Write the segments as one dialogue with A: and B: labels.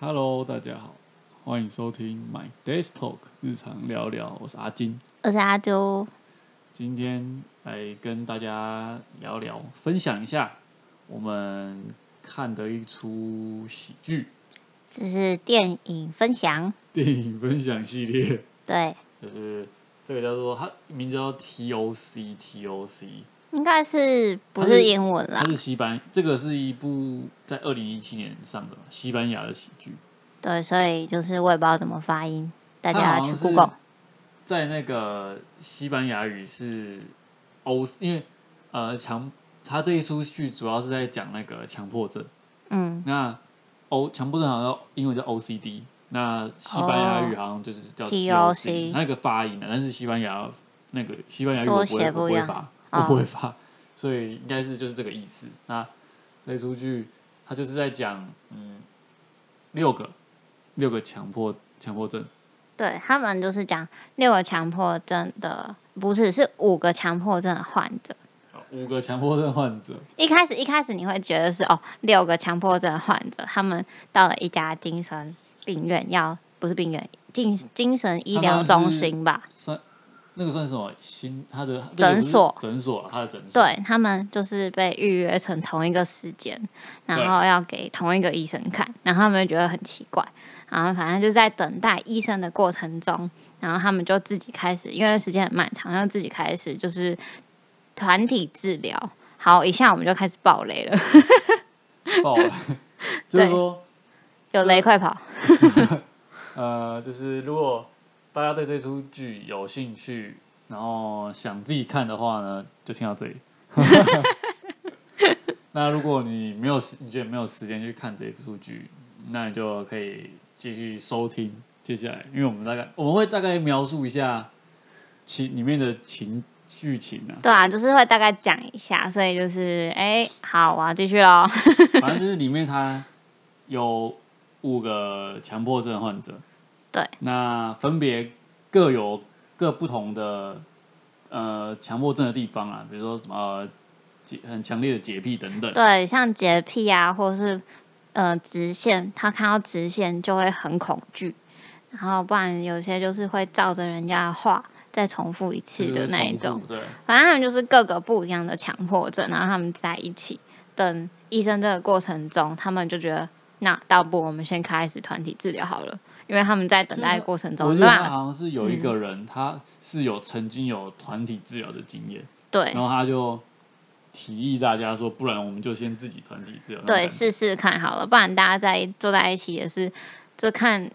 A: Hello，大家好，欢迎收听 My Desk Talk 日常聊聊，我是阿金，
B: 我是阿啾，
A: 今天来跟大家聊聊，分享一下我们看的一出喜剧
B: 这是电影分享，
A: 电影分享系列，
B: 对，
A: 就是这个叫做它名字叫 TOC TOC，
B: 应该是不
A: 它是
B: 是英文啦
A: 它？是西班，这个是一部在二零一七年上的西班牙的喜剧，
B: 对，所以就是我也不知道怎么发音，大
A: 它
B: 家
A: 好像
B: 去
A: 是
B: Google。
A: 在那个西班牙语是欧，因为呃强，他这一出剧主要是在讲那个强迫症。
B: 嗯，
A: 那欧强迫症好像叫英文叫 OCD，那西班牙
B: 哦
A: 语好像就是叫
B: TOC
A: 那个发音的，但是西班牙那个西班牙语
B: 缩
A: 我不会
B: 写
A: 我
B: 不
A: 不
B: 一
A: 会
B: 样
A: 发，我
B: 哦
A: 不会发，所以应该是就是这个意思。那这出剧它就是在讲嗯六个六个强迫强迫症。
B: 对他们就是讲六个强迫症的，不是是五个强迫症的患者。
A: 呃五个强迫症患者，
B: 一开始一开始你会觉得是哦，六个强迫症的患者，他们到了一家精神病院要，不是病院，精精神医
A: 他
B: 疗
A: 们
B: 中
A: 是
B: 心吧？
A: 算那个算什么新？他的
B: 诊
A: 那个不是
B: 所
A: 诊所啊，他的诊所。
B: 对他们就是被预约成同一个时间，
A: 对
B: 然后要给同一个医生看，然后他们觉得很奇怪，然后反正就在等待医生的过程中，然后他们就自己开始，因为时间很漫长，就自己开始就是团体治疗。好，一下我们就开始爆雷了，
A: 爆了， 就是说，
B: 有雷快跑。
A: 呃，就是如果大家对这出剧有兴趣，然后想自己看的话呢，就听到这 里。 那如果你没有时，你觉得没有时间去看这出剧，那你就可以继续收听接下来，因为我们大概我们会大概描述一下情里面的情剧情啊，
B: 对啊，就是会大概讲一下，所以就是哎，好，我要继续喽。
A: 反正就是里面他有五个强迫症患者，
B: 对，
A: 那分别各有各不同的呃强迫症的地方啊，比如说什么呃洁很强烈的洁癖等等，
B: 对，像洁癖啊，或是呃直线，他看到直线就会很恐惧，然后不然有些就是会照着人家的话再重复一次
A: 就是
B: 的那一
A: 重
B: 种
A: 复。对，
B: 反正他们就是各个不一样的强迫症，然后他们在一起等医生这个过程中，他们就觉得那倒不我们先开始团体治疗好了，因为他们在等待的过程
A: 我
B: 中
A: 记得
B: 没办嗯
A: 他
B: 法，
A: 好像是有一个人，他是有曾经有团体治疗的经验，
B: 对
A: 然后他就提议大家说，不然我们就先自己团体治疗，那种
B: 对
A: 感觉
B: 试试看好了，不然大家在坐在一起也是就看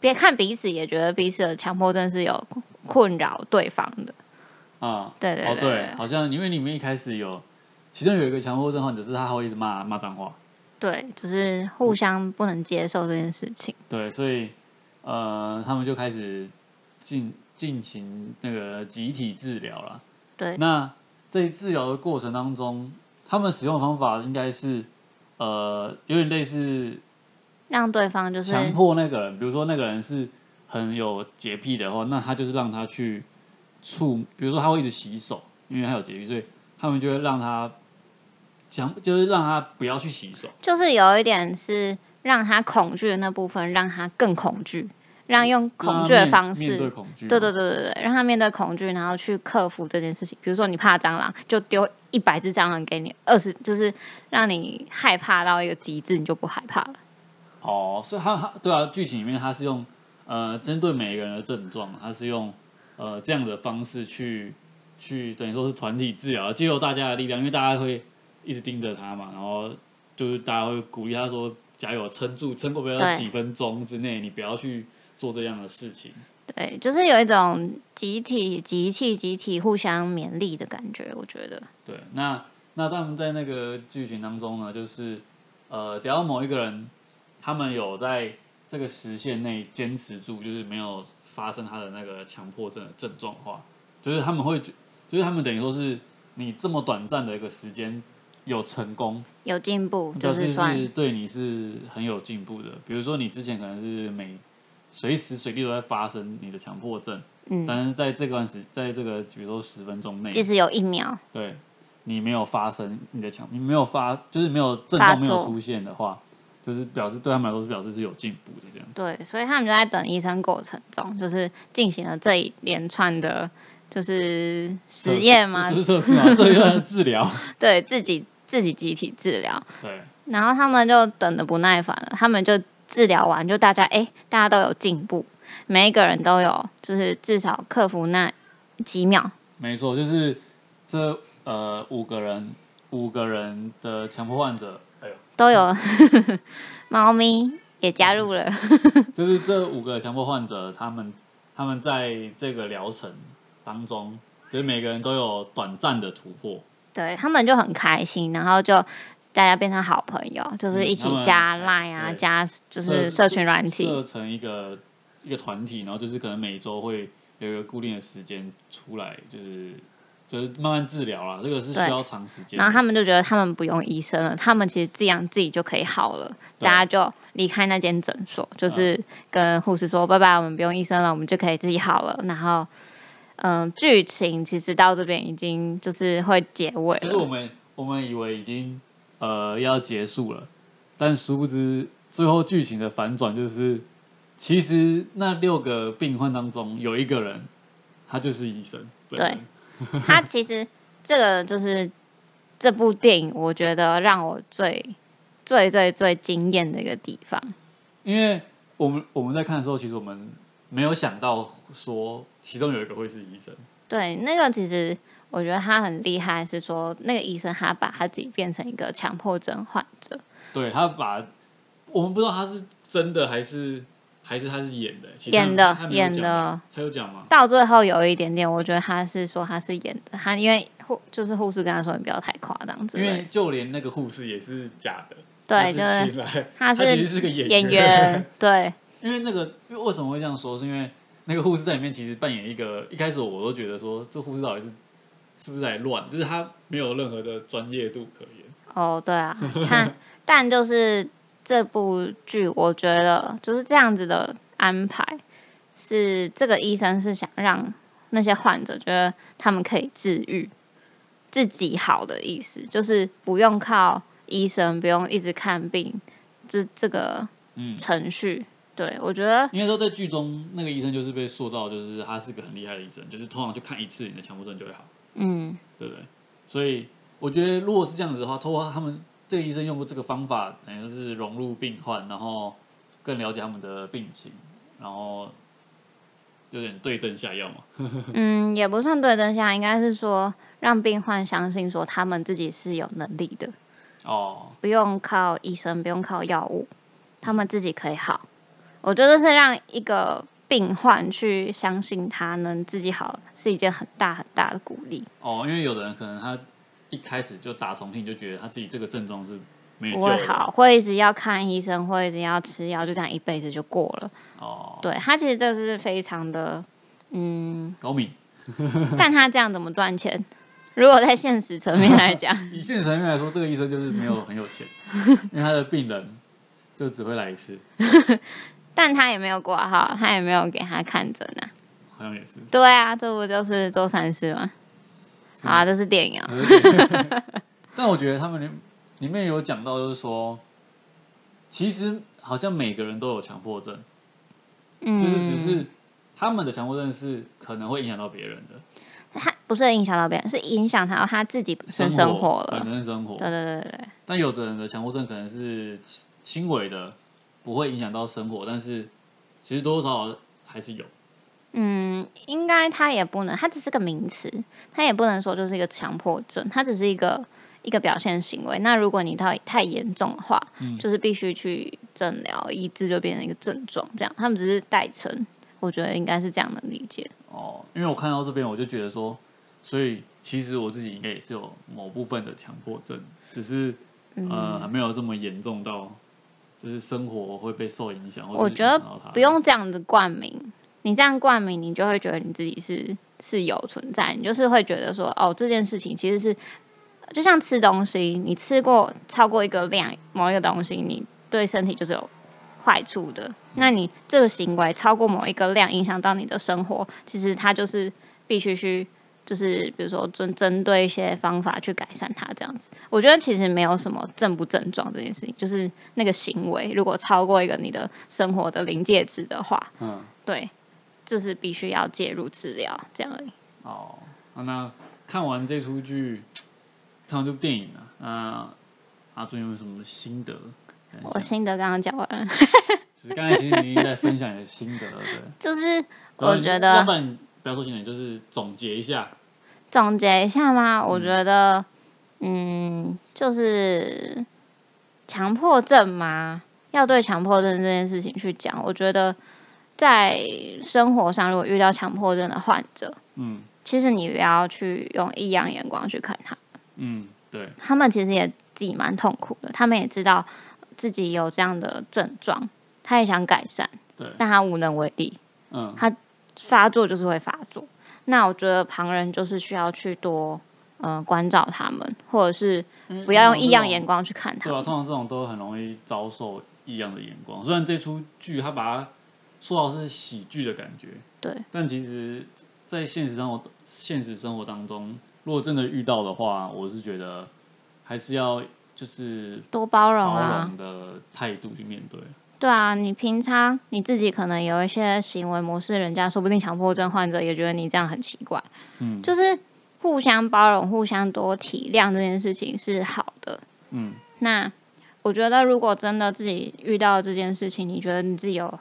B: 别看彼此也觉得彼此的强迫症是有困扰对方的，
A: 啊、
B: 对对
A: 哦，
B: 对
A: 对，好像因为里面一开始有，其中有一个强迫症患者是他还会一直骂骂脏话，
B: 对，就是互相不能接受这件事情，
A: 对，所以呃，他们就开始进进行那个集体治疗了。
B: 对
A: 那在治疗的过程当中，他们使用的方法应该是呃，有点类似
B: 让对方就是
A: 强迫那个人，比如说那个人是很有洁癖的话，那他就是让他去触，比如说他会一直洗手，因为他有洁癖，所以他们就会让他强，就是让他不要去洗手。
B: 就是有一点是让他恐惧的那部分，让他更恐惧，让用恐惧
A: 让他
B: 的
A: 面
B: 方
A: 面
B: 式，
A: 对恐惧，
B: 对对对对对，让他面对恐惧，然后去克服这件事情。比如说你怕蟑螂，就丢一百只蟑螂给你，二十就是让你害怕到一个极致，你就不害怕了。
A: 哦，所以他他对啊，剧情里面他是用呃针对每个人的症状，他是用呃这样的方式去去等于说是团体治疗，借由大家的力量，因为大家会一直盯着他嘛，然后就是大家会鼓励他说加油，撑住，撑过不要
B: 对
A: 几分钟之内，你不要去做这样的事情。
B: 对，就是有一种集体、集气、集体互相勉励的感觉，我觉得。
A: 对，那那他们在那个剧情当中呢，就是呃，只要某一个人他们有在这个时限内坚持住，就是没有发生他的那个强迫症的症状的话，就是他们会觉，就是他们等于说是你这么短暂的一个时间有成功，
B: 有进步
A: 就是是
B: 算
A: 是对你是很有进步的。比如说你之前可能是每随时随地都在发生你的强迫症，
B: 嗯，
A: 但是在这段时，在这个比如说十分钟内，
B: 即使有一秒，
A: 对你没有发生你的强，你没有发，就是没有症状
B: 发
A: 没有
B: 作
A: 出现的话，就是表示对他们来说是表示是有进步的这样。
B: 对，所以他们就在等医生过程中，就是进行了这一连串的，就是实验嘛
A: 这，是测试吗？这 个叫治疗。
B: 对自己自己集体治疗。
A: 对，
B: 然后他们就等的不耐烦了，他们就治疗完，就大家哎，大家都有进步，每一个人都有，就是至少克服那几秒。
A: 没错，就是这呃五个人五个人的强迫患者，哎呦，
B: 都有 猫咪也加入了，
A: 就是这五个强迫患者，他们他们在这个疗程当中，就是每个人都有短暂的突破，
B: 对他们就很开心，然后就大家变成好朋友，就是
A: 嗯
B: 一起
A: 他们
B: 加 Line 啊，
A: 对
B: 加就是
A: 设
B: 社群软体，
A: 设成一个一个团体，然后就是可能每周会有一个固定的时间出来，就是就是慢慢治疗啦，这个是需
B: 对
A: 要长时间的。
B: 然后他们就觉得他们不用医生了，他们其实这样自己就可以好了，
A: 对嗯
B: 大家就离开那间诊所，就是跟护士说拜拜，我们不用医生了，我们就可以自己好了。然后，嗯、剧情其实到这边已经就是会结尾
A: 就是我
B: 了，
A: 们我们以为已经呃要结束了，但殊不知最后剧情的反转就是，其实那六个病患当中有一个人，他就是医生。本
B: 对
A: 人，
B: 他其实这个就是这部电影，我觉得让我最最最最惊艳的一个地方。
A: 因为我们我们在看的时候，其实我们没有想到说其中有一个会是医生。
B: 对，那个其实我觉得他很厉害，是说那个医生他把他自己变成一个强迫症患者。
A: 对他把我们不知道他是真的还是还是他是演的，其实他
B: 演的
A: 他没有
B: 演
A: 讲
B: 的，
A: 他有讲吗？
B: 到最后有一点点，我觉得他是说他是演的，他因为护就是护士跟他说你不要太夸张之
A: 因为
B: 类，
A: 就连那个护士也是假的，嗯他
B: 对，
A: 是
B: 就是
A: 请来，
B: 他
A: 他其
B: 是
A: 实是个演
B: 演员，对
A: 因为那个，因为为什么会这样说？是因为那个护士在里面其实扮演一个，一开始我都觉得说这护士到底是是不是在乱，就是他没有任何的专业度可言。
B: 哦对啊，看，但就是这部剧，我觉得就是这样子的安排，是这个医生是想让那些患者觉得他们可以治愈自己好的意思，就是不用靠医生，不用一直看病，这这个
A: 嗯，
B: 程序。对，我觉得
A: 应该说在剧中那个医生就是被塑造，就是他是个很厉害的医生，就是通常就看一次你的强迫症就会好，
B: 嗯，
A: 对不对？所以我觉得如果是这样子的话，通过他们这个医生用过这个方法，等于是融入病患，然后更了解他们的病情，然后有点对症下药嘛。
B: 嗯，也不算对症下，应该是说让病患相信说他们自己是有能力的，
A: 哦，
B: 不用靠医生，不用靠药物，他们自己可以好。我觉得是让一个病患去相信他能自己好，是一件很大很大的鼓励。
A: 哦，因为有的人可能他一开始就打从心里就觉得他自己这个症状是没有
B: 不
A: 救
B: 会
A: 的
B: 好，会一直要看医生，会一直要吃药，就这样一辈子就过了。
A: 哦，
B: 对他其实这是非常的， 嗯，
A: 高敏。
B: 但他这样怎么赚钱？如果在现实层面来讲，
A: 以现实层面来说，这个医生就是没有很有 钱，因为他的病人就只会来一次，
B: 但他也没有挂号，他也没有给他看诊啊。
A: 好像也是。
B: 对啊，这不就是周三事吗？
A: 是
B: 好啊，这是电影啊。
A: 但我觉得他们里里面有讲到，就是说，其实好像每个人都有强迫症，
B: 嗯，
A: 就是只是他们的强迫症是可能会影响到别人的
B: 他不是影响到别人，是影响到他自己本身生
A: 生
B: 活
A: 本
B: 了。
A: 身生活
B: 对，对对对对，
A: 但有的人的强迫症可能是轻轻微的，不会影响到生活，但是其实多多少少还是有。
B: 嗯，应该他也不能，他只是个名词，他也不能说就是一个强迫症，他只是一个一个表现行为。那如果你太太严重的话，
A: 嗯
B: 就是必须去诊疗医治，就变成一个症状这样。他们只是代称，我觉得应该是这样能理解。
A: 哦，因为我看到这边，我就觉得说，所以其实我自己应该也是有某部分的强迫症，只是
B: 嗯
A: 呃还没有这么严重到，就是生活会被受影响。或
B: 我
A: 是
B: 觉得
A: 影响到它
B: 不用这样子冠名，你这样冠名，你就会觉得你自己是是有存在，你就是会觉得说，哦，这件事情其实是就像吃东西，你吃过超过一个量某一个东西，你对身体就是有坏处的。那你这个行为超过某一个量，影响到你的生活，其实它就是必须去就是比如说针针对一些方法去改善它这样子。我觉得其实没有什么症不症状这件事情，就是那个行为如果超过一个你的生活的临界值的话，
A: 嗯，
B: 对，就是必须要介入治疗这样而已。
A: 哦，啊那看完这出剧，看完这部电影啊，那阿尊有没有什么心得？感
B: 我
A: 想
B: 心得刚刚讲完了，
A: 只是刚才其实你已经在分享你的心得 了，对。
B: 就是
A: 然后
B: 我
A: 你
B: 觉
A: 要
B: 得
A: 不然你不要说心得，你就是总结一下，
B: 总结一下吗？我
A: 嗯
B: 觉得，嗯，就是强迫症嘛，要对强迫症这件事情去讲。我觉得在生活上，如果遇到强迫症的患者，
A: 嗯
B: 其实你不要去用异样眼光去看他，
A: 嗯，对，
B: 他们其实也自己蛮痛苦的，他们也知道自己有这样的症状，他也想改善，
A: 对
B: 但他无能为力。
A: 嗯
B: 发作就是会发作。那我觉得旁人就是需要去多呃关照他们，或者是不要用异样眼。光去看他
A: 嗯对啊，
B: 们。
A: 通常这种都很容易遭受异样的眼光。虽然这出剧它把它说到是喜剧的感觉，
B: 对，
A: 但其实，在现实生活现实生活当中，如果真的遇到的话，我是觉得还是要就是
B: 多包容
A: 包
B: 啊
A: 容，的态度去面对。
B: 对啊，你平常你自己可能有一些行为模式，人家说不定强迫症患者也觉得你这样很奇怪，
A: 嗯，
B: 就是互相包容、互相多体谅这件事情是好的。
A: 嗯
B: 那我觉得，如果真的自己遇到这件事情，你觉得你自己有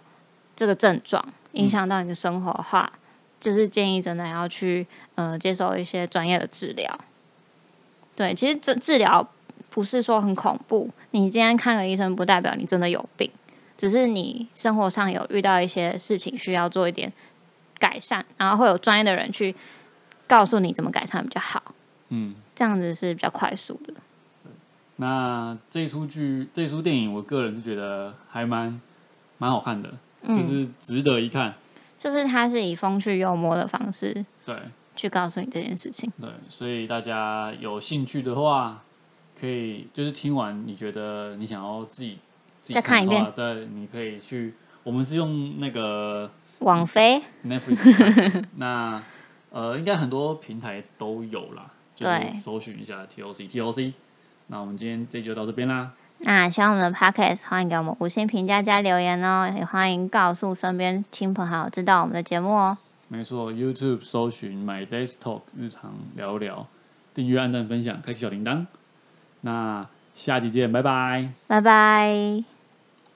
B: 这个症状，影响到你的生活的话，就是建议真的要去呃接受一些专业的治疗。对，其实治治疗不是说很恐怖，你今天看个医生不代表你真的有病，只是你生活上有遇到一些事情需要做一点改善，然后会有专业的人去告诉你怎么改善比较好，
A: 嗯。
B: 这样子是比较快速的。
A: 那这出剧这出电影，我个人是觉得还蛮蛮好看的，
B: 嗯
A: 就是值得一看。
B: 就是他是以风趣幽默的方式
A: 对
B: 去告诉你这件事情。
A: 对，所以大家有兴趣的话，可以就是听完你觉得你想要自己自己
B: 再看一
A: 的话，对，你可以去。我们是用那个
B: 网飞
A: Netflix 看 那呃，应该很多平台都有啦，就是
B: 对
A: 搜寻一下 TOC TOC。那我们今天这集就到这边啦，
B: 那喜欢我们的 podcast，欢迎给我们五星评价加留言哦，也欢迎告诉身边亲朋好友知道我们的节目哦。
A: 没错，YouTube 搜寻 My Desk Talk 日常聊聊，订阅、按赞、分享，开启小铃铛。那下集见，拜拜。
B: 拜拜。